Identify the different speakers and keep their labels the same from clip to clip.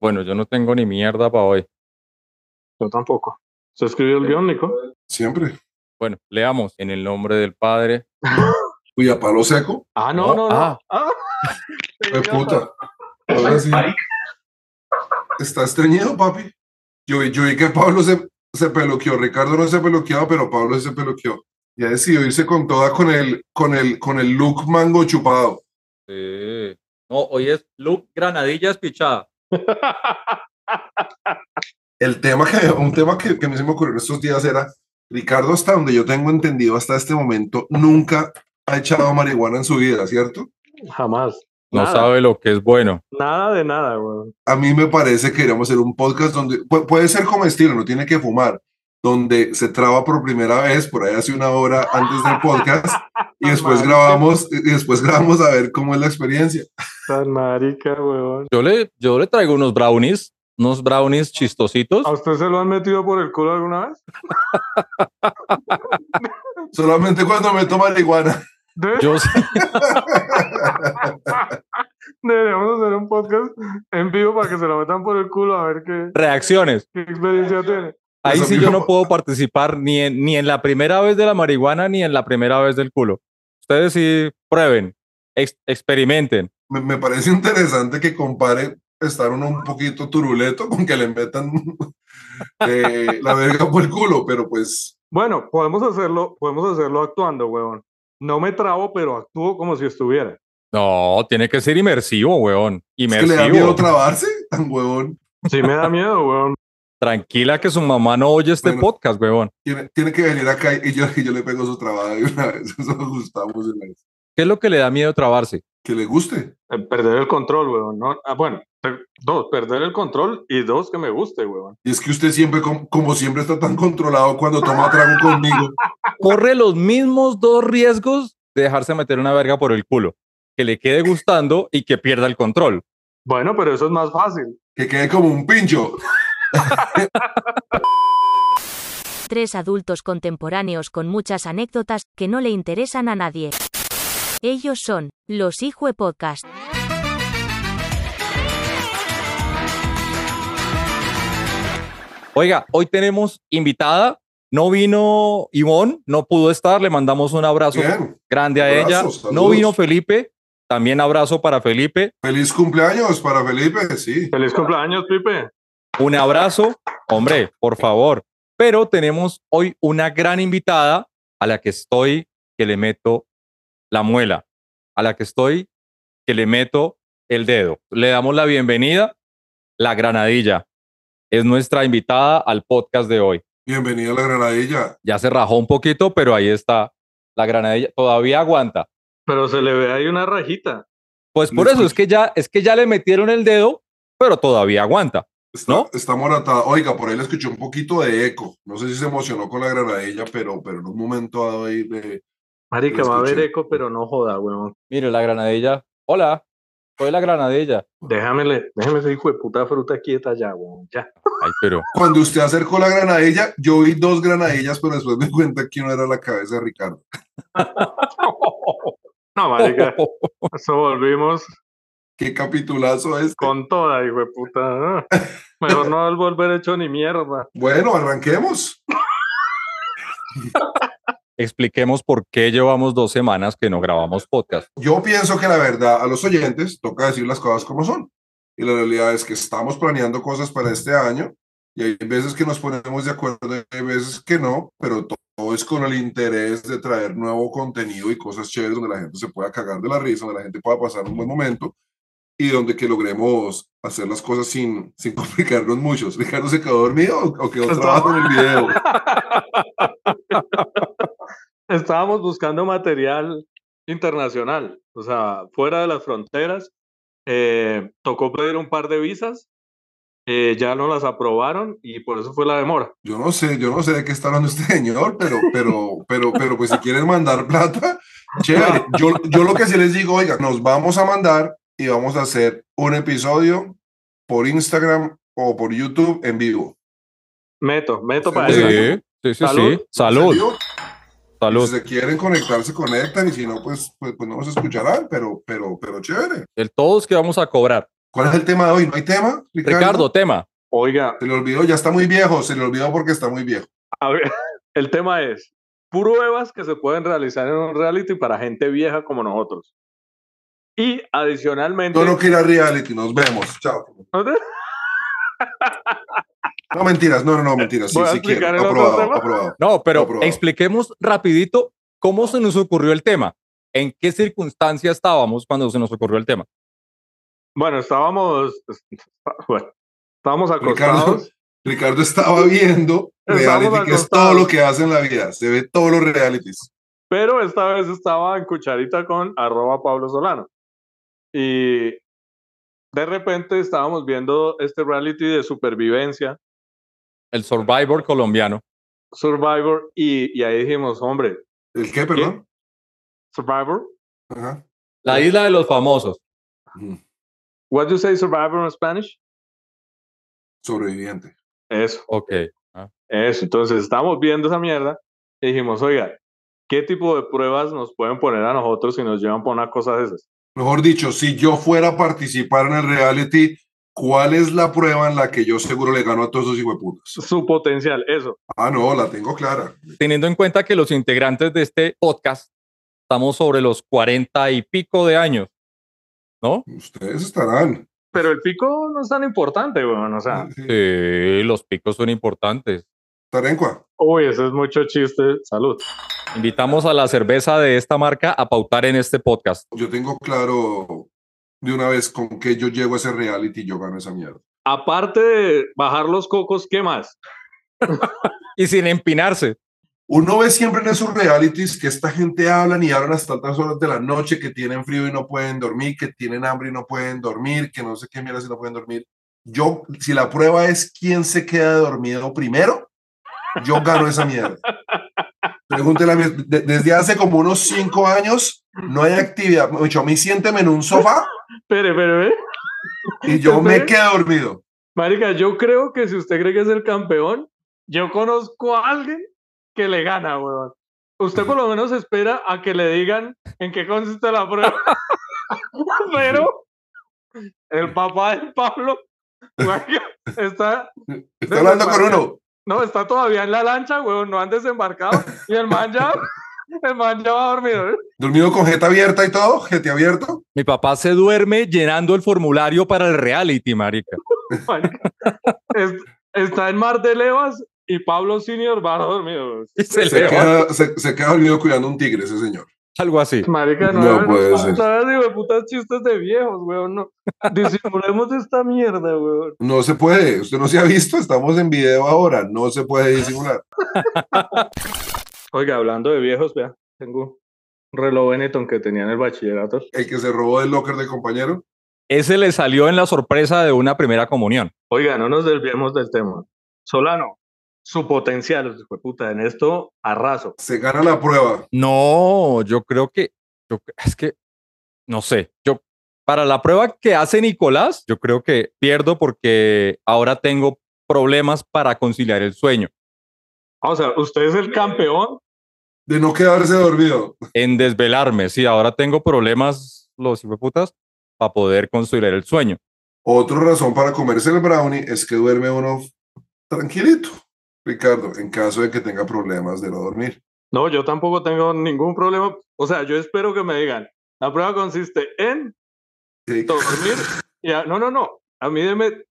Speaker 1: Bueno, yo no tengo ni mierda para hoy.
Speaker 2: Yo tampoco. ¿Se escribió el guión, Nico?
Speaker 3: Siempre.
Speaker 1: Bueno, leamos en el nombre del Padre.
Speaker 3: Uy, a palo seco.
Speaker 2: Ah, no, no, no.
Speaker 1: ah.
Speaker 2: Ah.
Speaker 3: Fue puta. Ahora sí. Está estreñido, papi. Yo, vi- yo vi que Pablo se, se peluqueó. Ricardo no se peluqueaba, pero Pablo se peluqueó. Ya decidió irse con toda con el, con el, con el look mango chupado.
Speaker 1: Sí. No, hoy es Luke Granadillas Pichada.
Speaker 3: El tema que, un tema que, que a mí se me ocurrió en estos días era, Ricardo, hasta donde yo tengo entendido hasta este momento, nunca ha echado marihuana en su vida, ¿cierto?
Speaker 2: Jamás.
Speaker 1: No
Speaker 2: Nada.
Speaker 1: sabe lo que es bueno.
Speaker 2: Nada de nada, güey.
Speaker 3: A mí me parece que deberíamos hacer un podcast donde pu- puede ser comestible, no tiene que fumar, donde se traba por primera vez, por ahí hace una hora antes del podcast, y después
Speaker 2: Marica.
Speaker 3: grabamos, y después grabamos a ver cómo es la experiencia.
Speaker 2: Tan marica, güey.
Speaker 1: Yo le, yo le traigo unos brownies, unos
Speaker 3: Ah.
Speaker 1: brownies chistositos.
Speaker 2: ¿A usted se lo han metido por el culo alguna vez?
Speaker 3: Solamente cuando me toma marihuana.
Speaker 2: De-
Speaker 1: Yo sí.
Speaker 2: Deberíamos hacer un podcast en vivo para que se lo metan por el culo a ver qué,
Speaker 1: Reacciones.
Speaker 2: qué experiencia tiene.
Speaker 1: Ahí
Speaker 3: Eso
Speaker 1: sí yo no
Speaker 3: mismo.
Speaker 1: puedo participar ni en, ni en la primera vez de la marihuana ni en la primera vez del culo. Ustedes sí prueben, ex- experimenten.
Speaker 3: Me, me parece interesante que compare estar uno un poquito turuleto con que le metan eh, la verga por el culo, pero pues
Speaker 2: Bueno, podemos hacerlo, podemos hacerlo actuando, weón. No me trabo, pero actúo como si estuviera.
Speaker 1: No, tiene que ser inmersivo, weón.
Speaker 3: es que le da miedo
Speaker 1: Inmersivo.
Speaker 3: trabarse, tan huevón.
Speaker 2: Sí me da miedo, weón.
Speaker 1: Tranquila que su mamá no oye este
Speaker 3: Bueno.
Speaker 1: podcast, weón.
Speaker 3: Tiene, tiene que venir acá y yo, y yo le pego su trabada de una vez. Eso lo ajustamos de una vez.
Speaker 1: ¿Qué es lo que le da miedo trabarse?
Speaker 3: Que le guste.
Speaker 2: Eh, Perder el control, weón. No, ah, bueno, per- dos, perder el control y dos, que me guste, weón.
Speaker 3: Y es que usted siempre, com- como siempre, está tan controlado cuando toma trago conmigo.
Speaker 1: corre los mismos dos riesgos de dejarse meter una verga por el culo. Que le quede gustando y que pierda el control.
Speaker 2: Bueno, pero eso es más fácil.
Speaker 3: Que quede como un pincho.
Speaker 4: Tres adultos contemporáneos con muchas anécdotas que no le interesan a nadie. Ellos son los Hijue Podcast.
Speaker 1: Oiga, hoy tenemos invitada. No vino Ivonne, no pudo estar. Le mandamos un abrazo
Speaker 3: Bien.
Speaker 1: grande a
Speaker 3: abrazo,
Speaker 1: ella. No
Speaker 3: saludos.
Speaker 1: vino Felipe. También abrazo para Felipe.
Speaker 3: Feliz cumpleaños para Felipe, sí.
Speaker 2: Feliz cumpleaños, Pipe.
Speaker 1: Un abrazo. Hombre, por favor. Pero tenemos hoy una gran invitada a la que estoy que le meto la muela, a la que estoy que le meto el dedo. Le damos la bienvenida, la granadilla. Es nuestra invitada al podcast de hoy.
Speaker 3: Bienvenido a la Granadilla.
Speaker 1: Ya se rajó un poquito, pero ahí está la granadilla. Todavía aguanta.
Speaker 2: Pero se le ve ahí una rajita.
Speaker 1: Pues
Speaker 3: Me
Speaker 1: por eso
Speaker 3: escucho.
Speaker 1: es que ya es que ya le metieron el dedo, pero todavía aguanta.
Speaker 3: Está,
Speaker 1: ¿No?
Speaker 3: está moratada. Oiga, por ahí le escuché un poquito de eco. No sé si se emocionó con la Granadilla, pero, pero en un momento dado ahí de...
Speaker 2: Marica,
Speaker 3: Lo
Speaker 2: va a haber
Speaker 3: escuché.
Speaker 2: eco, pero no joda, weón.
Speaker 1: Mire la granadilla. Hola, soy la granadilla.
Speaker 2: Déjamele, déjame ese hijo de puta fruta quieta ya, weón. Ya.
Speaker 1: Ay, pero
Speaker 3: Cuando usted acercó la Granadilla, yo vi dos Granadillas, pero después me di cuenta que no era la cabeza de Ricardo.
Speaker 2: No, marica, eso volvimos
Speaker 3: Qué capitulazo este.
Speaker 2: con toda, hijo de puta. Mejor no volver hecho ni mierda.
Speaker 3: Bueno, arranquemos.
Speaker 1: expliquemos por qué llevamos dos semanas que no grabamos podcast.
Speaker 3: Yo pienso que la verdad a los oyentes toca decir las cosas como son. Y la realidad es que estamos planeando cosas para este año y hay veces que nos ponemos de acuerdo, y hay veces que no, pero to- todo es con el interés de traer nuevo contenido y cosas chéveres donde la gente se pueda cagar de la risa, donde la gente pueda pasar un buen momento y donde que logremos hacer las cosas sin, sin complicarnos mucho. Ricardo se quedó dormido o, o quedó
Speaker 2: Estaba-
Speaker 3: trabajando en el video.
Speaker 2: Estábamos buscando material internacional, o sea, fuera de las fronteras. Eh, tocó pedir un par de visas, eh, ya no las aprobaron y por eso fue la demora.
Speaker 3: Yo no sé, yo no sé de qué está hablando este señor, pero, pero, pero, pero, pues si quieren mandar plata, chévere. Yo, yo lo que sí les digo, oiga, nos vamos a mandar y vamos a hacer un episodio por Instagram o por YouTube en vivo.
Speaker 2: Meto, meto para
Speaker 3: Sí.
Speaker 2: allá.
Speaker 1: Sí, sí, sí.
Speaker 2: Salud.
Speaker 1: sí. Salud,
Speaker 3: ¿Entendido? Si
Speaker 1: salud.
Speaker 3: se quieren conectar, se conectan y si no, pues, pues, pues no nos escucharán, pero, pero, pero chévere.
Speaker 1: El todos que vamos a cobrar.
Speaker 3: ¿Cuál es el tema de hoy? ¿No hay tema?
Speaker 1: Ricardo, tema.
Speaker 2: Oiga,
Speaker 3: Se le olvidó, ya está muy viejo, se le olvidó porque está muy viejo.
Speaker 2: a ver, el tema es pruebas que se pueden realizar en un reality para gente vieja como nosotros. Y adicionalmente...
Speaker 3: No, no quiero reality, nos vemos. Chao. No, mentiras, no, no, no, mentiras. Sí,
Speaker 2: Voy a
Speaker 3: sí
Speaker 2: explicar
Speaker 3: quiero.
Speaker 2: el otro
Speaker 3: Aprobado,
Speaker 2: tema.
Speaker 3: aprobado.
Speaker 1: No, pero
Speaker 3: No, probado.
Speaker 1: expliquemos rapidito cómo se nos ocurrió el tema. ¿En qué circunstancia estábamos cuando se nos ocurrió el tema?
Speaker 2: Bueno, estábamos... bueno, estábamos
Speaker 3: Ricardo,
Speaker 2: acostados.
Speaker 3: Ricardo estaba viendo
Speaker 2: Estábamos
Speaker 3: reality, que es
Speaker 2: acostados.
Speaker 3: todo lo que hace en la vida. Se ve todos los realities.
Speaker 2: pero esta vez estaba en cucharita con arroba Pablo Solano. Y de repente estábamos viendo este reality de supervivencia,
Speaker 1: El Survivor colombiano.
Speaker 2: Survivor, y, y ahí dijimos, hombre,
Speaker 3: ¿El qué, perdón?
Speaker 2: Survivor,
Speaker 3: Ajá.
Speaker 1: La isla de los famosos.
Speaker 3: Ujú.
Speaker 2: what do you say Survivor in Spanish?
Speaker 3: Sobreviviente.
Speaker 2: Eso,
Speaker 1: Ok.
Speaker 2: eso. Entonces estábamos viendo esa mierda y dijimos, oiga, ¿qué tipo de pruebas nos pueden poner a nosotros si nos llevan por una cosa de esas?
Speaker 3: Mejor dicho, si yo fuera a participar en el reality, ¿cuál es la prueba en la que yo seguro le gano a todos esos hijueputas?
Speaker 2: Su potencial, eso.
Speaker 3: Ah, no, la tengo clara.
Speaker 1: Teniendo en cuenta que los integrantes de este podcast estamos sobre los cuarenta y pico de años, ¿no?
Speaker 3: Ustedes estarán.
Speaker 2: Pero el pico no es tan importante, weón. O sea,
Speaker 3: Sí.
Speaker 1: Sí, los picos son importantes.
Speaker 3: Tarencua.
Speaker 2: uy, eso es mucho chiste. Salud.
Speaker 1: Invitamos a la cerveza de esta marca a pautar en este podcast.
Speaker 3: Yo tengo claro de una vez con que yo llego a ese reality y yo gano esa mierda.
Speaker 2: Aparte de bajar los cocos, ¿qué más?
Speaker 1: Y sin empinarse.
Speaker 3: Uno ve siempre en esos realities que esta gente hablan y hablan hasta tantas horas de la noche, que tienen frío y no pueden dormir, que tienen hambre y no pueden dormir, que no sé qué mierda si no pueden dormir. Yo, si la prueba es quién se queda dormido primero, yo gano esa mierda. Pregúntele a mí, de- desde hace como unos cinco años no hay actividad. Mucho, a mí siénteme en un sofá
Speaker 2: Espere, espere, espere.
Speaker 3: y yo me quedo dormido.
Speaker 2: Marica, yo creo que si usted cree que es el campeón, yo conozco a alguien que le gana, weón. Usted por lo menos espera a que le digan en qué consiste la prueba. Pero el papá de Pablo marica, está,
Speaker 3: Estoy hablando con uno.
Speaker 2: no, está todavía en la lancha, weón, no han desembarcado. Y el man ya, el man ya va dormido. ¿eh?
Speaker 3: Dormido con jeta abierta y todo, jete abierto.
Speaker 1: Mi papá se duerme llenando el formulario para el reality, marica.
Speaker 2: Marica, es- está en Mar de Levas y Pablo Senior va dormido. weón.
Speaker 1: Y se
Speaker 3: Se
Speaker 1: le va.
Speaker 3: queda, se- se queda dormido cuidando un tigre ese señor.
Speaker 1: Algo así.
Speaker 2: Marica, no,
Speaker 3: No
Speaker 2: hagas-
Speaker 3: puede
Speaker 2: no
Speaker 3: ser.
Speaker 2: hagas hijueputas chistes de viejos, weón. No. Disimulemos esta mierda, weón.
Speaker 3: No se puede, usted no se ha visto, estamos en video ahora, no se puede disimular.
Speaker 2: Oiga, hablando de viejos, vea, tengo un reloj Benetton que tenía en el bachillerato.
Speaker 3: El que se robó el locker del compañero,
Speaker 1: Ese le salió en la sorpresa de una primera comunión.
Speaker 2: Oiga, no nos desviemos del tema. Solano, su potencial, hijueputa, en esto arraso.
Speaker 3: se gana la prueba.
Speaker 1: No, yo creo que yo cre- es que no sé. Yo para la prueba que hace Nicolás, yo creo que pierdo porque ahora tengo problemas para conciliar el sueño.
Speaker 2: O sea, usted es el campeón.
Speaker 3: De no quedarse dormido.
Speaker 1: en desvelarme. Sí, ahora tengo problemas, los putas, para poder conciliar el sueño.
Speaker 3: Otra razón para comerse el brownie es que duerme uno tranquilito, Ricardo, en caso de que tenga problemas de no dormir.
Speaker 2: No, yo tampoco tengo ningún problema. O sea, yo espero que me digan, la prueba consiste en
Speaker 3: Sí.
Speaker 2: dormir. y a- no, no, no. A mí deme,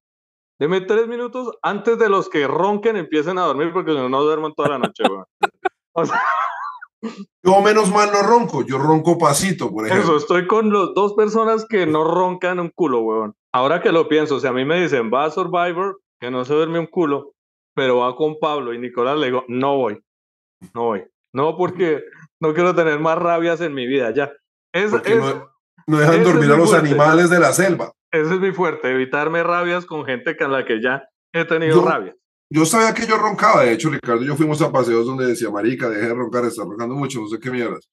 Speaker 2: deme tres minutos antes de los que ronquen empiecen a dormir porque si no, no duermen toda la noche, weón. O sea,
Speaker 3: Yo menos mal no ronco, yo ronco pasito, por
Speaker 2: eso,
Speaker 3: ejemplo.
Speaker 2: estoy con las dos personas que no roncan un culo, weón. Ahora que lo pienso, si a mí me dicen, va a Survivor, que no se duerme un culo, pero va con Pablo y Nicolás, le digo, no voy, no voy. No, porque no quiero tener más rabias en mi vida, ya. Es,
Speaker 3: Porque
Speaker 2: es-
Speaker 3: no, no
Speaker 2: eso
Speaker 3: dejan
Speaker 2: es
Speaker 3: dormir a
Speaker 2: muy
Speaker 3: los
Speaker 2: fuerte.
Speaker 3: animales de la selva.
Speaker 2: Ese es mi fuerte, evitarme rabias con gente con la que ya he tenido
Speaker 3: Yo-
Speaker 2: rabia.
Speaker 3: Yo sabía que yo roncaba, de hecho, Ricardo y yo fuimos a paseos donde decía, marica, deje de roncar, está roncando mucho, no sé qué mierdas.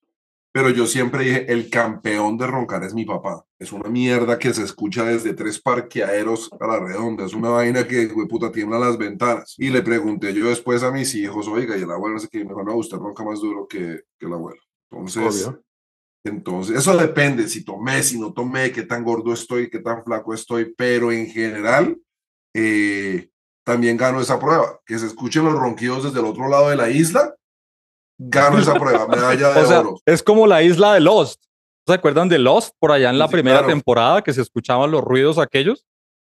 Speaker 3: Pero yo siempre dije, el campeón de roncar es mi papá. Es una mierda que se escucha desde tres parqueaderos a la redonda. Es una vaina que, güey, puta, tiembla las ventanas. Y le pregunté yo después a mis hijos, oiga, y el abuelo, no sé qué, y me dijo, no, usted ronca más duro que, que el abuelo. Entonces,
Speaker 2: Obvio.
Speaker 3: Entonces, eso depende si tomé, si no tomé, qué tan gordo estoy, qué tan flaco estoy, pero en general eh, también gano esa prueba. Que se escuchen los ronquidos desde el otro lado de la isla, gano esa prueba, medalla de
Speaker 1: O sea,
Speaker 3: oro.
Speaker 1: es como la isla de Lost. ¿Se acuerdan de Lost por allá en la
Speaker 3: Sí,
Speaker 1: primera
Speaker 3: claro.
Speaker 1: temporada que se escuchaban los ruidos aquellos?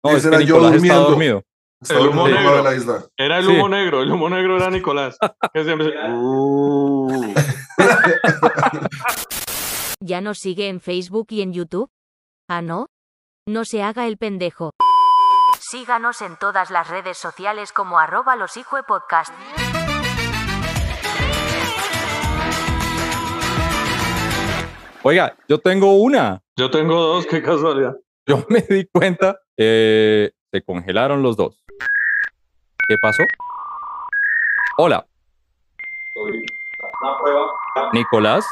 Speaker 1: No,
Speaker 3: Ese
Speaker 1: es que
Speaker 3: era yo
Speaker 1: Nicolás está
Speaker 3: durmiendo.
Speaker 1: dormido.
Speaker 3: Estaba
Speaker 2: El
Speaker 3: en el
Speaker 2: humo
Speaker 3: otro lado de
Speaker 2: negro.
Speaker 3: la isla.
Speaker 2: Era el
Speaker 1: Sí.
Speaker 2: humo negro, el humo negro era Nicolás. que siempre se- Uh.
Speaker 4: ¿Ya nos sigue en Facebook y en YouTube? ¿Ah, no? No se haga el pendejo. Síganos en todas las redes sociales como arroba los podcast.
Speaker 1: Oiga, yo tengo una.
Speaker 2: Yo tengo dos, qué casualidad.
Speaker 1: Yo me di cuenta. eh, se congelaron los dos. ¿Qué pasó? Hola, Nicolás.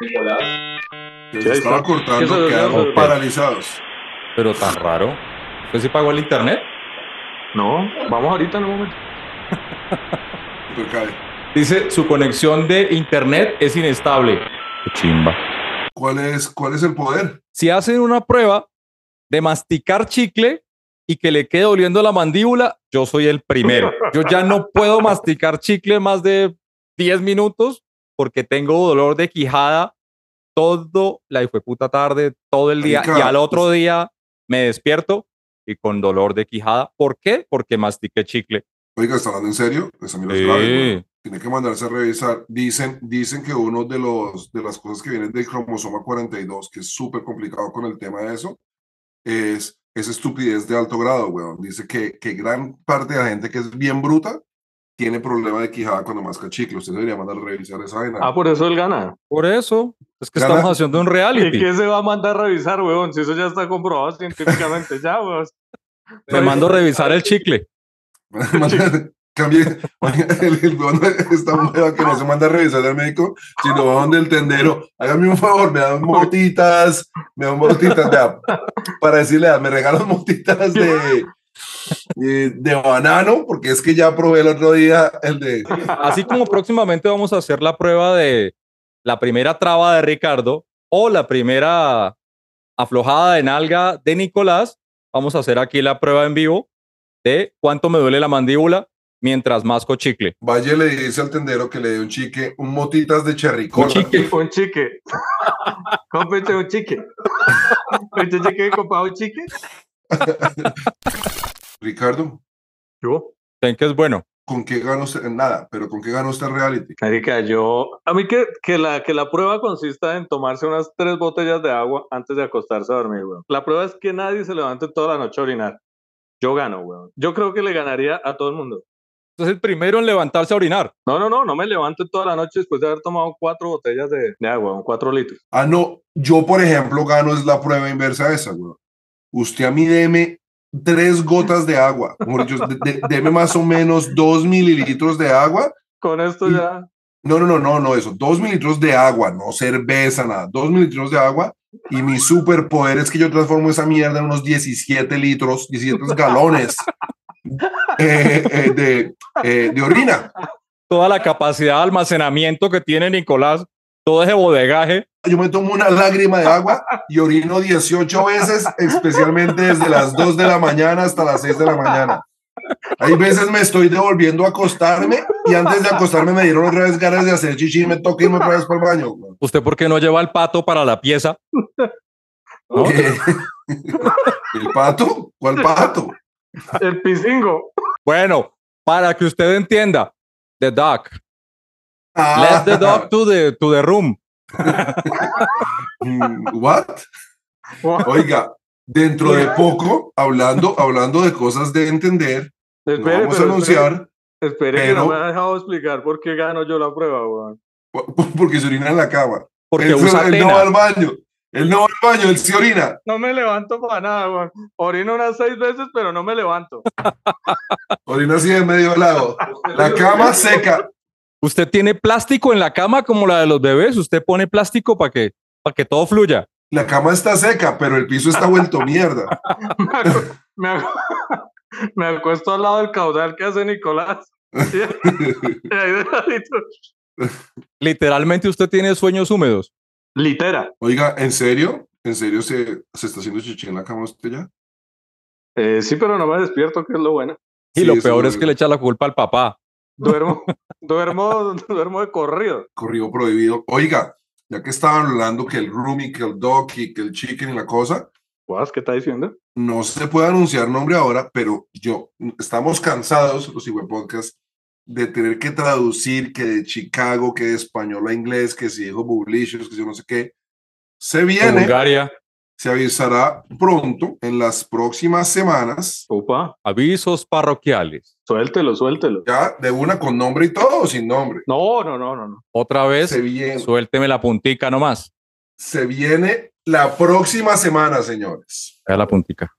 Speaker 3: Que se
Speaker 2: ahí está.
Speaker 3: estaba
Speaker 2: Eso
Speaker 3: cortando,
Speaker 2: lo
Speaker 3: quedaron
Speaker 1: veo.
Speaker 3: paralizados.
Speaker 1: Pero tan raro. ¿Usted sí pagó el internet?
Speaker 2: No, vamos ahorita en un momento.
Speaker 3: Pero cae.
Speaker 1: Dice, su conexión de internet es inestable. Qué chimba.
Speaker 3: ¿Cuál es, ¿Cuál es el poder?
Speaker 1: si hacen una prueba de masticar chicle y que le quede doliendo la mandíbula, yo soy el primero. Yo ya no puedo masticar chicle más de 10 minutos porque tengo dolor de quijada todo la hijueputa tarde, todo el día.
Speaker 3: Marica,
Speaker 1: Y al otro día me despierto y con dolor de quijada. ¿Por qué? Porque mastiqué chicle.
Speaker 3: Oiga, ¿está hablando en serio? Pues Esa mierda es grave, güey.
Speaker 1: Sí.
Speaker 3: Tiene que mandarse a revisar. Dicen, dicen que uno de los de las cosas que vienen del cromosoma 42, que es súper complicado con el tema de eso, es esa estupidez de alto grado, weón. Dice que, que gran parte de la gente que es bien bruta tiene problema de quijada cuando masca chicle. Usted debería mandar a revisar esa vaina.
Speaker 2: Ah, por eso él gana.
Speaker 1: Por eso es que
Speaker 3: Gana-
Speaker 1: estamos haciendo un
Speaker 2: ¿Y
Speaker 1: reality.
Speaker 2: qué se va a mandar a revisar, weón? Si eso ya está comprobado científicamente, ya, weón.
Speaker 1: Me mando a revisar el chicle.
Speaker 3: Manda- Cambie oiga, el, el weón esta mujer que no se manda a revisar al médico, sino va donde el tendero. Hágame un favor, me dan motitas, me dan motitas de, ap- para decirle, "Ah, me regalan motitas de, de, de banano, porque es que ya probé el otro día el de.
Speaker 1: Así como próximamente vamos a hacer la prueba de la primera traba de Ricardo o la primera aflojada de nalga de Nicolás, vamos a hacer aquí la prueba en vivo de cuánto me duele la mandíbula mientras masco chicle.
Speaker 3: Valle le dice al tendero que le dé un chique, un motitas de cherricón.
Speaker 1: chique.
Speaker 2: Un chique. Cómprate un chique. ¿Usted ya quiere comprar un chique?
Speaker 3: Ricardo,
Speaker 2: Yo.
Speaker 1: ¿Saben que es bueno?
Speaker 3: ¿con qué gana usted? Nada, pero ¿con qué gana usted reality?
Speaker 2: Marica, yo. A mí que, que, la, que la prueba consista en tomarse unas tres botellas de agua antes de acostarse a dormir, weón. La prueba es que nadie se levante toda la noche a orinar. Yo gano, weón. Yo creo que le ganaría a todo el mundo.
Speaker 1: Entonces el primero en levantarse a orinar.
Speaker 2: No, no, no, no me levanto toda la noche después de haber tomado cuatro botellas de, de agua, un cuatro litros.
Speaker 3: Ah, no, yo por ejemplo gano es la prueba inversa de esa, güey. Usted a mí deme tres gotas de agua, mejor dicho, de- de- deme más o menos dos mililitros de agua.
Speaker 2: Con esto
Speaker 3: Y-
Speaker 2: ya.
Speaker 3: No, no, no, no, no, eso, dos mililitros de agua, no cerveza, nada, dos mililitros de agua. Y mi superpoder es que yo transformo esa mierda en unos 17 litros, 17 galones eh, eh, de, eh, de orina.
Speaker 1: Toda la capacidad de almacenamiento que tiene Nicolás, todo ese bodegaje.
Speaker 3: Yo me tomo una lágrima de agua y orino 18 veces, especialmente desde las 2 de la mañana hasta las 6 de la mañana. Hay veces me estoy devolviendo a acostarme y antes de acostarme me dieron otra vez ganas de hacer chichi y me toca irme otra vez para el baño. güey.
Speaker 1: ¿Usted por qué no lleva el pato para la pieza? ¿No?
Speaker 3: Eh, ¿El pato? ¿Cuál pato?
Speaker 2: El pisingo.
Speaker 1: Bueno, para que usted entienda, The Duck.
Speaker 3: Ah,
Speaker 1: Let the dog to the, to the room.
Speaker 3: mm, ¿What?
Speaker 2: Wow.
Speaker 3: Oiga, dentro de poco, hablando, hablando de cosas de entender, nos
Speaker 2: Espere, pero
Speaker 3: vamos a
Speaker 2: espere,
Speaker 3: anunciar
Speaker 2: espere que no
Speaker 3: pero-
Speaker 2: me ha dejado explicar por qué gano yo la prueba, weón.
Speaker 3: porque se orina en la cama.
Speaker 1: Porque
Speaker 3: él, se-
Speaker 1: usa
Speaker 3: él
Speaker 1: tela.
Speaker 3: no va al baño. Él no va al baño, él se orina.
Speaker 2: No me levanto para nada, weón. Orino unas seis veces, pero no me levanto.
Speaker 3: Orina así de medio lado. La cama seca.
Speaker 1: Usted tiene plástico en la cama como la de los bebés. Usted pone plástico para que, para que todo fluya.
Speaker 3: La cama está seca, pero el piso está vuelto mierda.
Speaker 2: Me, acu- me acu- me acuesto al lado del caudal que hace Nicolás. Y ahí de ladito.
Speaker 1: Literalmente usted tiene sueños húmedos.
Speaker 2: Litera.
Speaker 3: Oiga, ¿en serio? ¿En serio se, se está haciendo chichi en la cama usted ya?
Speaker 2: Eh, sí, pero no me despierto, que es lo bueno.
Speaker 1: Y
Speaker 3: Sí,
Speaker 1: lo
Speaker 3: eso
Speaker 1: peor
Speaker 3: lo
Speaker 1: es que
Speaker 3: veo.
Speaker 1: le echa la culpa al papá.
Speaker 2: Duermo, duermo, duermo de corrido.
Speaker 3: Corrido prohibido. Oiga, ya que estaban hablando que el roomie, que el dog y que el chicken y la cosa,
Speaker 2: Guas, ¿Qué está diciendo?
Speaker 3: no se puede anunciar nombre ahora, pero yo, estamos cansados, los podcast de tener que traducir que de Chicago, que de español a inglés, que si dijo Publishers, que si yo no sé qué. Se
Speaker 1: En
Speaker 3: viene,
Speaker 1: Bulgaria.
Speaker 3: se avisará pronto, en las próximas semanas,
Speaker 2: Opa,
Speaker 1: Avisos parroquiales.
Speaker 2: suéltelo, suéltelo.
Speaker 3: ya de una con nombre y todo, o sin nombre.
Speaker 2: No, no, no, no, no.
Speaker 1: Otra vez,
Speaker 3: Se viene,
Speaker 1: suélteme la puntica nomás.
Speaker 3: se viene la próxima semana, señores.
Speaker 1: Vea la puntica.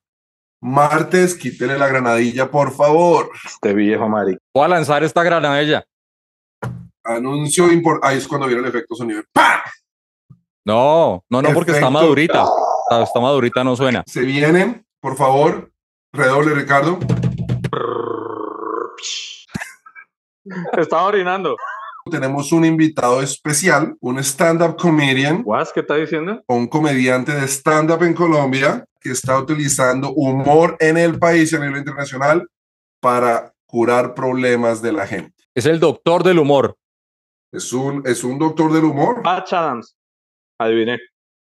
Speaker 3: Martes, quítele la granadilla, por favor.
Speaker 2: Este viejo marica.
Speaker 1: Voy a lanzar esta granadilla.
Speaker 3: Anuncio importante. Ahí es cuando viene el efecto sonido. ¡Pam!
Speaker 1: No, no, no, porque está
Speaker 3: Efecto.
Speaker 1: madurita. Está- Está madurita, no suena.
Speaker 3: Se vienen, por favor. Redoble, Ricardo.
Speaker 2: Estaba orinando.
Speaker 3: Tenemos un invitado especial, un stand-up comedian,
Speaker 2: Guas, ¿Qué está diciendo?
Speaker 3: un comediante de stand-up en Colombia que está utilizando humor en el país y a nivel internacional para curar problemas de la gente.
Speaker 1: Es el doctor del humor.
Speaker 3: Es un, es un doctor del humor.
Speaker 2: Patch Adams. Adiviné.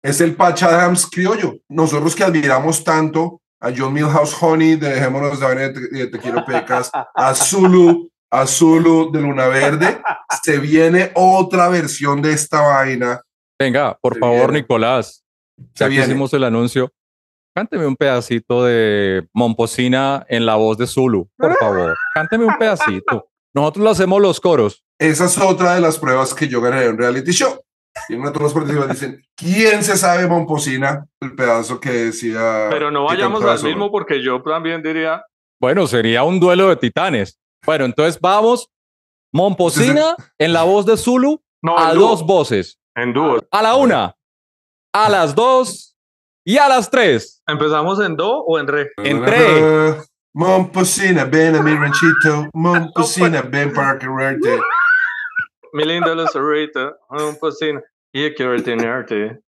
Speaker 3: es el Patch Adams criollo. Nosotros que admiramos tanto a John Milhouse Honey de Dejémonos de Vaina y de Te Quiero Pecas, a Zulu, a Zulu de Luna Verde, se viene otra versión de esta vaina.
Speaker 1: Venga, por
Speaker 3: Se
Speaker 1: favor,
Speaker 3: viene.
Speaker 1: Nicolás.
Speaker 3: Se
Speaker 1: Ya que
Speaker 3: viene.
Speaker 1: hicimos el anuncio, cánteme un pedacito de Momposina en la voz de Zulu, por favor. Cánteme un pedacito. Nosotros lo hacemos los coros.
Speaker 3: Esa es otra de las pruebas que yo gané en un reality show. Y en una todos los participantes dicen, ¿quién se sabe Momposina? El pedazo que decía...
Speaker 2: Pero no
Speaker 3: que
Speaker 2: vayamos
Speaker 3: cantaba
Speaker 2: al
Speaker 3: Zulu.
Speaker 2: mismo porque yo también diría
Speaker 1: Bueno, sería un duelo de titanes. Bueno, entonces vamos. Momposina en la voz de Zulu
Speaker 2: no,
Speaker 1: a
Speaker 2: en dúo,
Speaker 1: dos voces.
Speaker 2: en dúo.
Speaker 1: A la una, a las dos y a las tres.
Speaker 2: ¿Empezamos en do o en re?
Speaker 1: Entré.
Speaker 3: Momposina, ven a mi ranchito. Momposina, ven para quererte.
Speaker 2: Mi lindo Lucerito, un pocino, y quiero tenerte.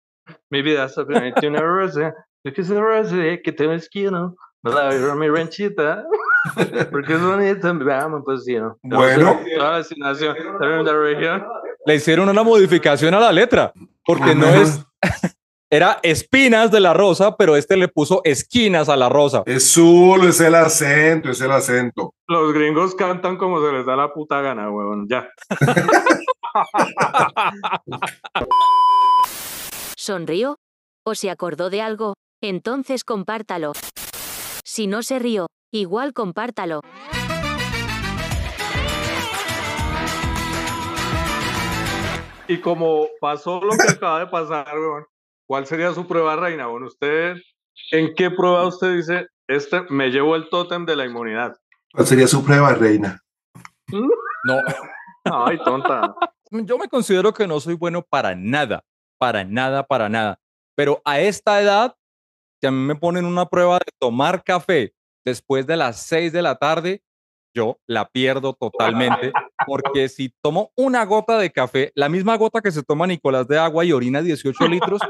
Speaker 2: Mi vida es una rosa, yo quise rosa eh, que te esquino, me la veo mi ranchita, porque es bonita, me da un pocino.
Speaker 3: Bueno.
Speaker 2: Toda la asignación de la región.
Speaker 1: Le hicieron una modificación a la letra, porque no
Speaker 3: Ajá.
Speaker 1: es era espinas de la rosa, pero este le puso esquinas a la rosa.
Speaker 3: Es Zulu, es el acento, es el acento.
Speaker 2: Los gringos cantan como se les da la puta gana, huevón, ya.
Speaker 4: ¿Sonrió? ¿O se acordó de algo? Entonces compártalo. Si no se rió, igual compártalo.
Speaker 2: Y como pasó lo que acaba de pasar, weón, ¿cuál sería su prueba reina? Bueno, usted, ¿en qué prueba usted dice, este me llevo el tótem de la inmunidad?
Speaker 3: ¿Cuál sería su prueba, reina?
Speaker 1: No,
Speaker 2: Ay, tonta.
Speaker 1: mm, yo me considero que no soy bueno para nada, para nada, para nada. Pero a esta edad, que a mí me ponen una prueba de tomar café después de las 6 de la tarde, yo la pierdo totalmente, porque si tomo una gota de café, la misma gota que se toma Nicolás de agua y orina 18 litros,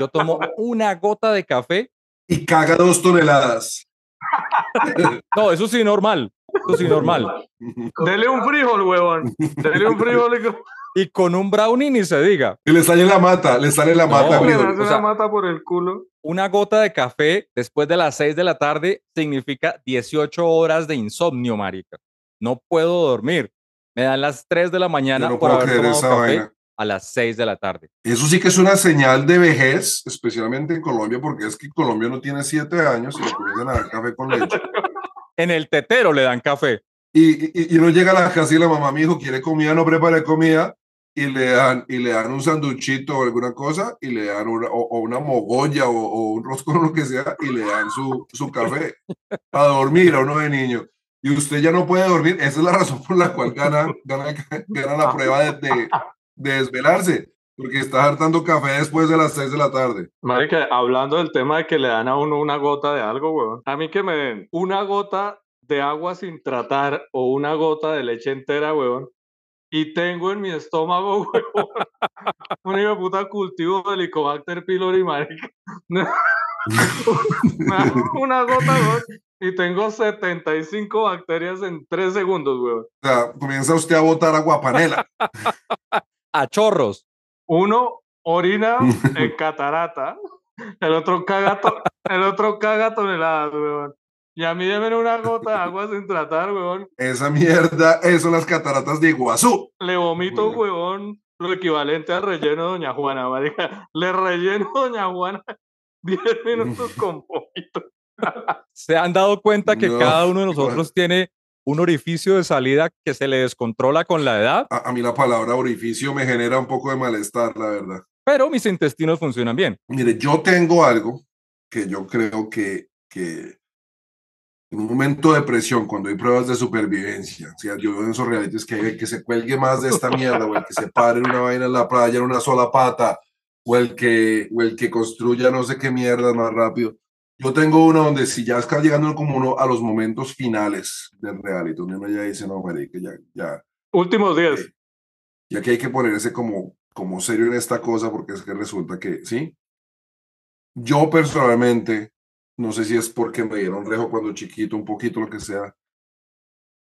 Speaker 1: yo tomo una gota de café.
Speaker 3: Y caga dos toneladas.
Speaker 1: eh, No, eso sí, normal. Eso sí, normal.
Speaker 3: y
Speaker 2: Dele un frijol, huevón. Dele un frijol y co-
Speaker 1: Y con un brownie ni se diga.
Speaker 3: le sale la mata, le sale la
Speaker 1: No,
Speaker 3: mata.
Speaker 2: le
Speaker 3: Brío.
Speaker 2: das
Speaker 1: o
Speaker 2: una
Speaker 1: sea-
Speaker 2: mata por el culo.
Speaker 1: Una gota de café después de las 6 de la tarde significa 18 horas de insomnio, marica. No puedo dormir. Me dan las 3 de la mañana
Speaker 3: Yo no
Speaker 1: por
Speaker 3: puedo
Speaker 1: haber
Speaker 3: creer
Speaker 1: tomado
Speaker 3: esa
Speaker 1: café
Speaker 3: vaina.
Speaker 1: a las 6 de la tarde.
Speaker 3: Eso sí que es una señal de vejez, especialmente en Colombia, porque es que Colombia no tiene siete años y le comienzan a dar café con leche.
Speaker 1: En el tetero le dan café.
Speaker 3: Y, y, y uno llega a la casa y la mamá, mi hijo, quiere comida, no prepare comida, y le dan, y le dan un sanduchito o alguna cosa, y le dan una, o, o una mogolla o, o un roscón o lo que sea, y le dan su, su café a dormir a uno de niño. Y usted ya no puede dormir, esa es la razón por la cual gana, gana, gana la prueba de, de, de desvelarse, porque está hartando café después de las 6 de la tarde.
Speaker 2: Marica, hablando del tema de que le dan a uno una gota de algo, huevón. A mí que me den una gota de agua sin tratar o una gota de leche entera, huevón. y tengo en mi estómago, huevón, un hijo de puta cultivo de Helicobacter pylori, marica. una, una gota, huevón, y tengo 75 bacterias en 3 segundos, huevón.
Speaker 3: O sea, comienza usted a botar agua panela.
Speaker 1: A chorros.
Speaker 2: Uno orina en catarata, el otro caga, to- el otro caga toneladas, huevón. Y a mí déme una gota de agua sin tratar, huevón.
Speaker 3: Esa mierda, eso son las cataratas de Iguazú.
Speaker 2: Le vomito,
Speaker 3: Bueno.
Speaker 2: huevón, lo equivalente al relleno de Doña Juana, marica. Le relleno a Doña Juana 10 minutos con poquito.
Speaker 1: ¿Se han dado cuenta que
Speaker 3: No,
Speaker 1: cada uno de
Speaker 3: igual.
Speaker 1: nosotros tiene un orificio de salida que se le descontrola con la edad?
Speaker 3: A, a mí la palabra orificio me genera un poco de malestar, la verdad.
Speaker 1: Pero mis intestinos funcionan bien.
Speaker 3: Mire, yo tengo algo que yo creo que, que en un momento de presión, cuando hay pruebas de supervivencia, o sea, yo veo en esos realities que hay el que se cuelgue más de esta mierda, o el que se pare en una vaina en la playa en una sola pata, o el que, o el que construya no sé qué mierda más rápido. Yo tengo uno donde si ya está llegando como uno a los momentos finales del reality, donde uno ya dice, no, marica, ya, ya,
Speaker 2: Últimos 10.
Speaker 3: ya que hay que ponerse como, como serio en esta cosa, porque es que resulta que, ¿sí? Yo personalmente, no sé si es porque me dieron rejo cuando chiquito, un poquito, lo que sea,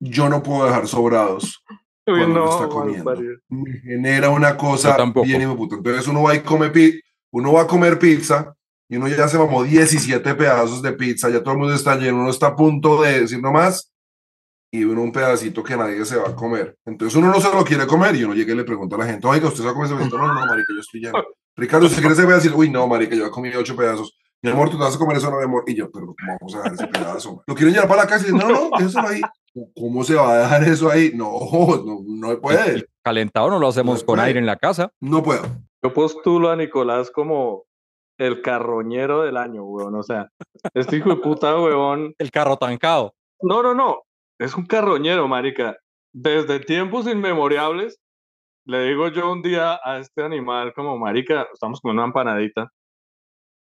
Speaker 3: yo no puedo dejar sobrados.
Speaker 2: Uy,
Speaker 3: cuando uno
Speaker 2: no,
Speaker 3: está
Speaker 2: mal
Speaker 3: comiendo.
Speaker 2: parido.
Speaker 3: Me genera una cosa
Speaker 1: Yo tampoco.
Speaker 3: bien hijueputa. Entonces uno va, y come pi- uno va a comer pizza y uno ya se mamó 17 pedazos de pizza, ya todo el mundo está lleno, uno está a punto de decir nomás y uno un pedacito que nadie se va a comer. Entonces uno no se lo quiere comer y uno llega y le pregunta a la gente, oiga, ¿usted se va a comer ese pedacito? No, no, marica, yo estoy lleno. Ricardo, ¿usted quiere ese pedacito? Uy, no, marica, yo he comido 8 pedazos. Mi amor, ¿tú te vas a comer eso no, mi amor? Y yo, pero ¿cómo vamos a dejar ese pedazo? Lo quieren llevar para la casa y dicen, no, no, déjalo ahí. ¿Cómo se va a dejar eso ahí? No, no, no puede. Pues
Speaker 1: El calentado no lo hacemos
Speaker 3: No,
Speaker 1: con
Speaker 3: no.
Speaker 1: aire en la casa.
Speaker 3: No puedo.
Speaker 2: Yo postulo a Nicolás como el carroñero del año, huevón. O sea, este hijo de puta, huevón.
Speaker 1: El carro tancado.
Speaker 2: No, no, no. Es un carroñero, marica. Desde tiempos inmemorables, le digo yo un día a este animal como, marica, estamos con una empanadita.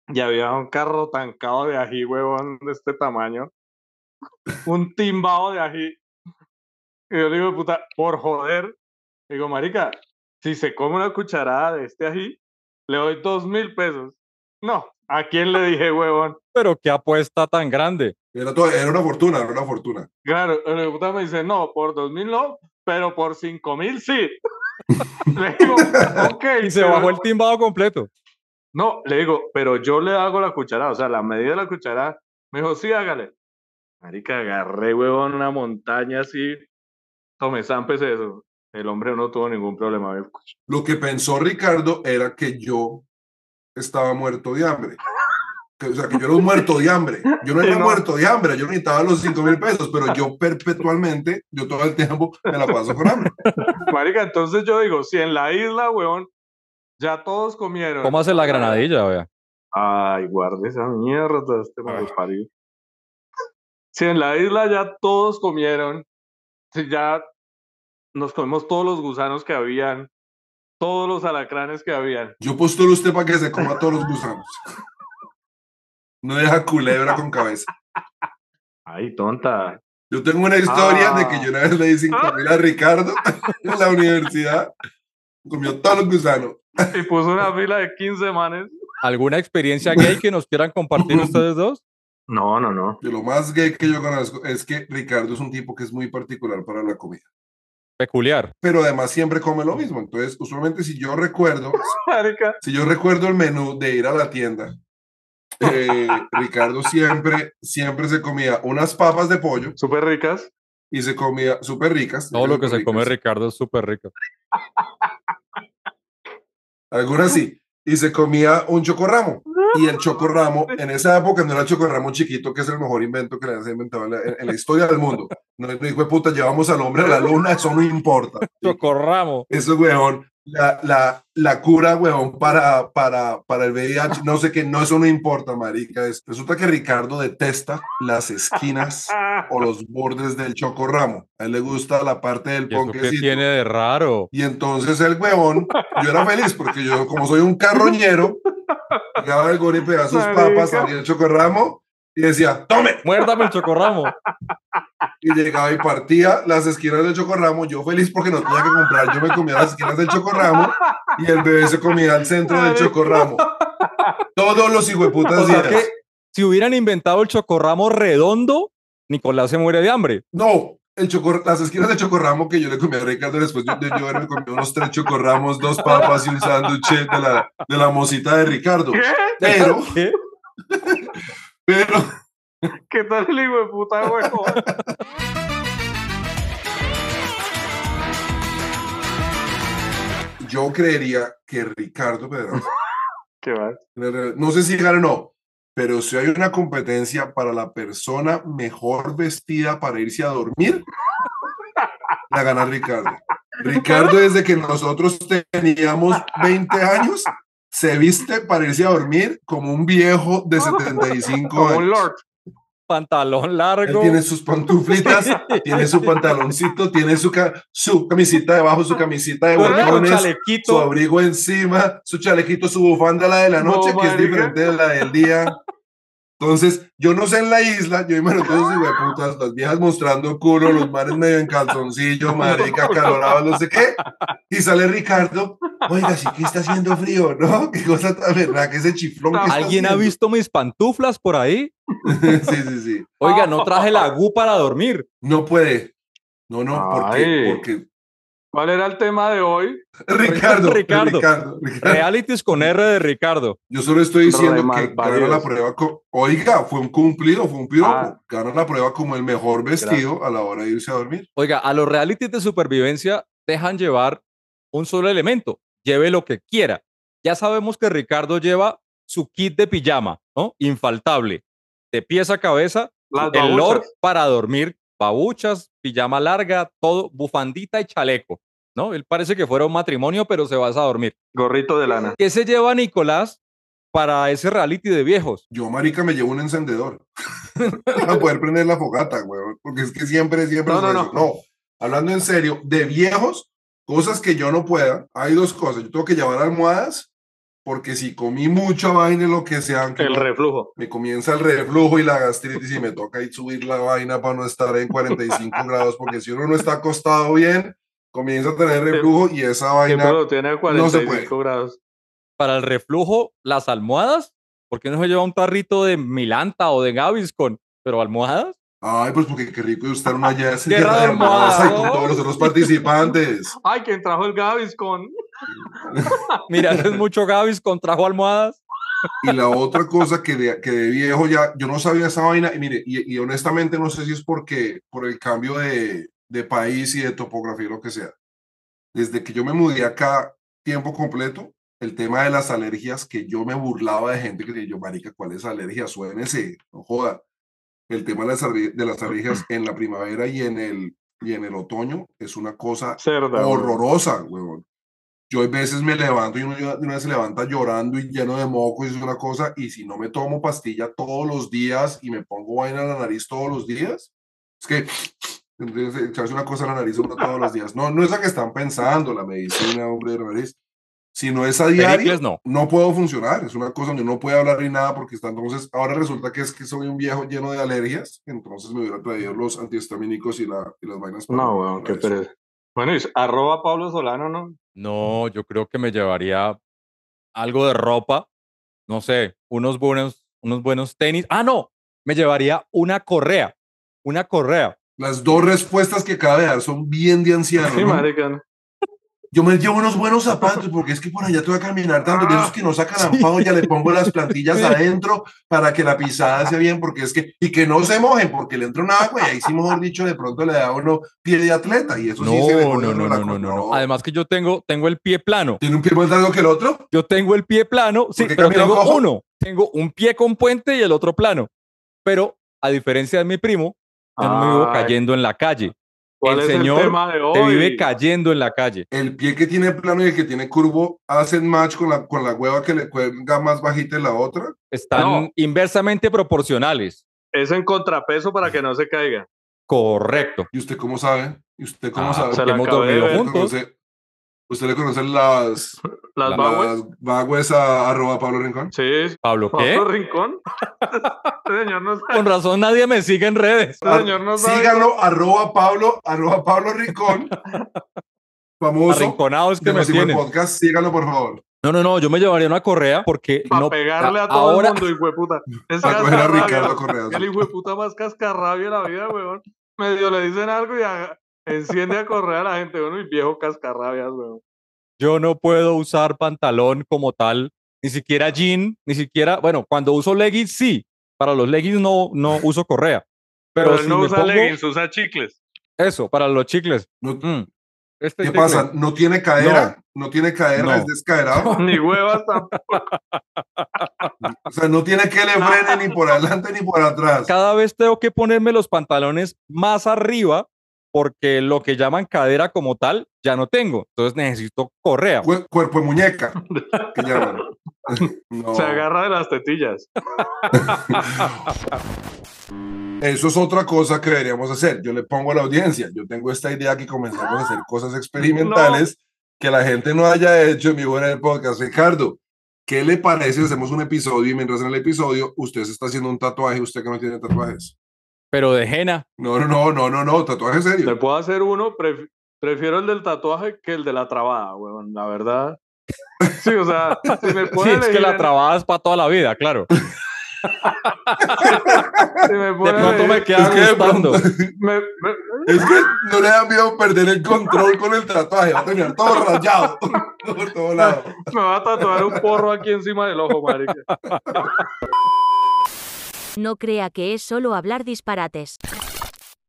Speaker 2: Y había un carro tancado de ají, huevón, de este tamaño. Un timbado de ají. Y yo le digo, puta, por joder. Digo, marica, si se come una cucharada de este ají, le doy dos mil pesos. No, ¿a quién le dije, huevón?
Speaker 1: Pero qué apuesta tan grande.
Speaker 3: Era, todo, era una fortuna, era una fortuna.
Speaker 2: Claro, el hijo de puta me dice, no, por dos mil no, pero por cinco mil sí. le digo, ok.
Speaker 1: Y se
Speaker 2: pero-
Speaker 1: bajó el timbado completo.
Speaker 2: No, le digo, pero yo le hago la cucharada, o sea, la medida de la cucharada. Me dijo, sí, hágale. Marica, agarré, huevón, una montaña así. Tome, zámpese eso. El hombre no tuvo ningún problema. me-
Speaker 3: Lo que pensó Ricardo era que yo estaba muerto de hambre. Que, o sea, que yo era un muerto de hambre. Yo no
Speaker 2: Sí,
Speaker 3: era
Speaker 2: no.
Speaker 3: muerto de hambre, yo necesitaba los 5 mil pesos, pero yo perpetualmente, yo todo el tiempo me la paso con hambre.
Speaker 2: Marica, entonces yo digo, si en la isla, huevón, ya todos comieron.
Speaker 1: ¿Cómo hace la granadilla? Vea?
Speaker 2: Ay, guarde esa mierda, este
Speaker 3: Ah.
Speaker 2: malparido. Si en la isla ya todos comieron, si ya nos comimos todos los gusanos que habían, todos los alacranes que habían.
Speaker 3: Yo postulo a usted para que se coma todos los gusanos. No deja culebra con cabeza.
Speaker 2: Ay, tonta.
Speaker 3: Yo tengo una historia de
Speaker 2: Ah.
Speaker 3: que yo una vez le di 5 mil a Ricardo en la universidad. Comió todos los gusanos.
Speaker 2: Y puso una fila de 15 manes.
Speaker 1: ¿Alguna experiencia gay que nos quieran compartir ustedes dos?
Speaker 2: No, no, no.
Speaker 3: De lo más gay que yo conozco es que Ricardo es un tipo que es muy particular para la comida.
Speaker 1: Peculiar.
Speaker 3: Pero además siempre come lo mismo. Entonces, usualmente si yo recuerdo,
Speaker 2: Marica,
Speaker 3: si yo recuerdo el menú de ir a la tienda, eh, Ricardo siempre, siempre se comía unas papas de pollo
Speaker 2: súper ricas.
Speaker 3: y se comía súper ricas.
Speaker 1: Todo lo que se come
Speaker 3: ricas.
Speaker 1: Ricardo es súper rico.
Speaker 3: Algunas sí. Y se comía un chocorramo. Y el chocorramo, en esa época no era el chocorramo chiquito, que es el mejor invento que le han inventado en la, en la historia del mundo. No dijo, puta, llevamos al hombre a la luna, eso no importa.
Speaker 1: Chocorramo.
Speaker 3: Eso, weón, la, la, la cura, weón, para, para, para el VIH, no sé qué, no, eso no importa, marica. Es- resulta que Ricardo detesta las esquinas
Speaker 2: Ah,
Speaker 3: o los bordes del chocorramo. A él le gusta la parte del
Speaker 1: ¿Y eso qué
Speaker 3: ponquecito.
Speaker 1: tiene de raro?
Speaker 3: Y entonces el huevón, yo era feliz porque yo, como soy un carroñero, llegaba el gori, pegaba sus papas,
Speaker 2: Marica.
Speaker 3: salía el chocorramo y decía, tome,
Speaker 1: Muérdame el chocorramo.
Speaker 3: y llegaba y partía las esquinas del chocorramo. Yo feliz porque no tenía que comprar, yo me comía las esquinas del chocorramo y el bebé se comía el centro del chocorramo. Todos los
Speaker 1: O
Speaker 3: hijueputas
Speaker 1: sea
Speaker 3: días.
Speaker 1: que si hubieran inventado el chocorramo redondo, Nicolás se muere de hambre.
Speaker 3: No, el chocor- las esquinas del chocorramo que yo le comí a Ricardo después de, de yo haberme comido unos tres chocorramos, dos papas y un sándwich de la, de la mosita de Ricardo.
Speaker 2: ¿Qué?
Speaker 3: Pero,
Speaker 1: ¿Qué?
Speaker 3: pero,
Speaker 2: ¿Qué tal el hijo de puta, huevo?
Speaker 3: yo creería que Ricardo Pedraza,
Speaker 2: ¿Qué va?
Speaker 3: no sé si gana o no, pero si hay una competencia para la persona mejor vestida para irse a dormir, la gana Ricardo. Ricardo, desde que nosotros teníamos 20 años, se viste para irse a dormir como un viejo de 75
Speaker 2: Como un
Speaker 3: años.
Speaker 2: lord.
Speaker 1: Pantalón
Speaker 3: Él
Speaker 1: largo.
Speaker 3: tiene sus pantuflitas, tiene su pantaloncito, tiene su, ca- su camisita debajo, su camisita de
Speaker 1: duerme con
Speaker 3: botones, su
Speaker 1: chalequito.
Speaker 3: abrigo encima, su chalequito, su bufanda, la de la
Speaker 2: No,
Speaker 3: noche, que es
Speaker 2: marica.
Speaker 3: diferente de la del día. Entonces, yo no sé en la isla, yo imagino todos los putas, las viejas mostrando culo, los mares medio en calzoncillo, marica, calorados, no sé qué. Y sale Ricardo, oiga, sí que está haciendo frío, ¿no? Qué cosa tan verdad, que ese chiflón. que está
Speaker 1: ¿Alguien ha
Speaker 3: haciendo.
Speaker 1: visto mis pantuflas por ahí?
Speaker 3: sí, sí, sí.
Speaker 1: Oiga, no traje la agu para dormir.
Speaker 3: No puede. No, no, porque,
Speaker 2: Ay.
Speaker 3: porque
Speaker 2: ¿Cuál era el tema de hoy?
Speaker 3: Ricardo,
Speaker 1: Ricardo.
Speaker 3: Ricardo, Ricardo.
Speaker 1: Realities con R de Ricardo.
Speaker 3: Yo solo estoy diciendo
Speaker 2: Problemas
Speaker 3: que ganó la
Speaker 2: varios.
Speaker 3: prueba. co- Oiga, fue un cumplido, fue un piropo.
Speaker 2: Ah.
Speaker 3: Ganó la prueba como el mejor vestido a la hora de irse a dormir.
Speaker 1: Oiga, a los realities de supervivencia dejan llevar un solo elemento. Lleve lo que quiera. Ya sabemos que Ricardo lleva su kit de pijama, ¿no? Infaltable. De pies a cabeza,
Speaker 2: Las
Speaker 1: el
Speaker 2: babuchas.
Speaker 1: Lord para dormir, babuchas, pijama larga, todo, bufandita y chaleco, ¿no? Él parece que fuera un matrimonio, pero se va a dormir.
Speaker 2: Gorrito de lana.
Speaker 1: ¿Qué se lleva Nicolás para ese reality de viejos?
Speaker 3: Yo, marica, me llevo un encendedor para poder prender la fogata, weón. Porque es que siempre, siempre.
Speaker 2: No,
Speaker 3: es
Speaker 2: no,
Speaker 3: eso. hablando en serio, de viejos, cosas que yo no pueda. Hay dos cosas. Yo tengo que llevar almohadas porque si comí mucha vaina, lo que sea, que
Speaker 2: El reflujo.
Speaker 3: me comienza el reflujo y la gastritis y me toca ahí subir la vaina para no estar en 45 grados, porque si uno no está acostado bien, comienza a tener reflujo y esa
Speaker 2: Siempre
Speaker 3: vaina,
Speaker 2: lo tiene a
Speaker 3: se puede.
Speaker 2: 45 grados.
Speaker 1: Para el reflujo, las almohadas. ¿Por qué no se lleva un tarrito de Milanta o de Gaviscon? Pero almohadas.
Speaker 3: ay, pues porque qué rico es estar una jazz
Speaker 1: Qué raro,
Speaker 3: hermosa y con
Speaker 1: hermano.
Speaker 3: todos los otros participantes.
Speaker 2: Ay, quien trajo el Gaviscon.
Speaker 1: Mira, es mucho Gaviscon, trajo almohadas.
Speaker 3: Y la otra cosa que de, que de viejo ya, yo no sabía esa vaina, y mire, y, y honestamente no sé si es porque, por el cambio de, de país y de topografía, lo que sea. Desde que yo me mudé acá tiempo completo, el tema de las alergias, que yo me burlaba de gente que decía, yo, marica, ¿cuál es alergia? Suénese, no joda. El tema de las, aler- de las alergias en la primavera y en el, y en el otoño es una cosa
Speaker 2: Cerda.
Speaker 3: horrorosa, huevón. Yo hay veces me levanto y uno, ya- uno se levanta llorando y lleno de mocos y es una cosa, y si no me tomo pastilla todos los días y me pongo vaina en la nariz todos los días, es que entonces, eh, echarse una cosa en la nariz uno todos los días. No, no es la que están pensando, la medicina, hombre de la nariz, sino es a diario
Speaker 1: Pericles no.
Speaker 3: no puedo funcionar, es una cosa donde no puedo hablar ni nada porque está entonces, ahora resulta que es que soy un viejo lleno de alergias, entonces me hubiera traído los antihistamínicos y, la, y las vainas. para-
Speaker 2: No, weón, qué
Speaker 3: para eso.
Speaker 2: pereza. Bueno, y s- arroba Pablo Solano, ¿no?
Speaker 1: No, yo creo que me llevaría algo de ropa, no sé, unos buenos, unos buenos tenis. Ah, no, me llevaría una correa, una correa.
Speaker 3: Las dos respuestas que acaba de dar son bien de anciano.
Speaker 2: Sí,
Speaker 3: ¿no?
Speaker 2: marica. ¿no?
Speaker 3: Yo me llevo unos buenos zapatos porque es que por allá te voy a caminar tanto.
Speaker 1: Ah,
Speaker 3: De esos que no sacan ampado, ya le pongo las plantillas adentro para que la pisada sea bien, porque es que, y que no se mojen, porque le entra un agua y ahí sí, mejor dicho, de pronto le da uno pie de atleta y eso
Speaker 1: No,
Speaker 3: sí se le
Speaker 1: no,
Speaker 3: pone
Speaker 1: no,
Speaker 3: a
Speaker 1: no,
Speaker 3: uno la
Speaker 1: no, no,
Speaker 3: cosa.
Speaker 1: no. Además que yo tengo, tengo el pie plano.
Speaker 3: ¿Tiene un pie más largo que el otro?
Speaker 1: Yo tengo el pie plano, sí,
Speaker 3: Porque
Speaker 1: pero
Speaker 3: camina
Speaker 1: tengo
Speaker 3: cojo.
Speaker 1: uno. Tengo un pie con puente y el otro plano. Pero a diferencia de mi primo, yo no me vivo
Speaker 2: Ay,
Speaker 1: cayendo en la calle.
Speaker 2: ¿Cuál es
Speaker 1: señor
Speaker 2: el tema de hoy?
Speaker 1: Te vive cayendo en la calle.
Speaker 3: El pie que tiene plano y el que tiene curvo hacen match con la, con la hueva que le cuelga más bajita en la otra.
Speaker 1: Están
Speaker 2: No.
Speaker 1: inversamente proporcionales.
Speaker 2: Es en contrapeso para que no se caiga.
Speaker 1: Correcto.
Speaker 3: ¿Y usted cómo sabe? ¿Y usted cómo
Speaker 1: Ah,
Speaker 3: sabe?
Speaker 2: se la
Speaker 1: hemos
Speaker 2: acabé de
Speaker 1: dormido
Speaker 2: ver.
Speaker 3: Usted
Speaker 1: juntos.
Speaker 3: conoce- usted le conoce las,
Speaker 2: Las
Speaker 1: La-
Speaker 2: Bagues.
Speaker 3: Las bagües a arroba Pablo Rincón.
Speaker 2: Sí,
Speaker 1: Pablo, ¿qué?
Speaker 2: Pablo Rincón. Este señor no sabe.
Speaker 1: Con razón nadie me sigue en redes.
Speaker 2: este señor no sabe.
Speaker 3: Síganlo, arroba Pablo, arroba Pablo Rincón. Famoso.
Speaker 1: Arrinconados que
Speaker 3: De
Speaker 1: me
Speaker 3: los
Speaker 1: tienen.
Speaker 3: podcast, síganlo por favor.
Speaker 1: No, no, no, yo me llevaría una correa porque
Speaker 2: Para
Speaker 1: no,
Speaker 2: pegarle a todo
Speaker 1: ahora,
Speaker 2: el mundo, hijo de puta. Es
Speaker 3: Para coger a
Speaker 2: cascarrabia,
Speaker 3: Ricardo
Speaker 2: El
Speaker 3: Correa.
Speaker 2: hijo de puta más cascarrabia de la vida, weón. Medio le dicen algo y a- enciende a correr a la gente, weón. Y viejo cascarrabias, weón.
Speaker 1: yo no puedo usar pantalón como tal, ni siquiera jean, ni siquiera, bueno, cuando uso leggings sí, para los leggings no, no uso correa, pero,
Speaker 2: Pero, él
Speaker 1: si
Speaker 2: no
Speaker 1: me
Speaker 2: usa
Speaker 1: pongo-
Speaker 2: leggings, usa chicles.
Speaker 1: eso, para los chicles.
Speaker 3: No-
Speaker 1: mm, este
Speaker 3: ¿Qué
Speaker 1: chicle.
Speaker 3: pasa? ¿No tiene cadera? ¿No, tiene cadera?
Speaker 1: No.
Speaker 3: ¿Es descaderado?
Speaker 2: Ni huevas tampoco.
Speaker 3: O sea, no tiene que le frene ni por adelante ni por atrás.
Speaker 1: Cada vez tengo que ponerme los pantalones más arriba porque lo que llaman cadera como tal ya no tengo, entonces necesito correa.
Speaker 3: Cue- cuerpo de muñeca. que llaman. No.
Speaker 2: Se agarra de las tetillas.
Speaker 3: Eso es otra cosa que deberíamos hacer. Yo le pongo a la audiencia. Yo tengo esta idea que comenzamos a hacer cosas experimentales que la gente no haya hecho en mi buena podcast. Ricardo, ¿qué le parece si hacemos un episodio y mientras en el episodio usted se está haciendo un tatuaje, usted que no tiene tatuajes?
Speaker 1: Pero de henna,
Speaker 3: No, no, no, no, no, no, tatuaje
Speaker 2: Le
Speaker 3: serio.
Speaker 2: puedo hacer uno, pref- prefiero el del tatuaje que el de la trabada, weón, la verdad. Sí, o sea, si me
Speaker 1: sí,
Speaker 2: pone
Speaker 1: es que la trabada es para toda la vida, claro. De
Speaker 2: si me pone
Speaker 1: pronto me queda
Speaker 3: Es que de pronto-
Speaker 1: gustando.
Speaker 2: me- me-
Speaker 3: Es que no le da miedo perder el control con el tatuaje. Va a terminar todo rayado por todo lado.
Speaker 2: me va a tatuar un porro aquí encima del ojo, marica.
Speaker 4: No crea que es solo hablar disparates.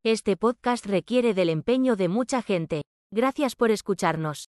Speaker 4: Este podcast requiere del empeño de mucha gente. Gracias por escucharnos.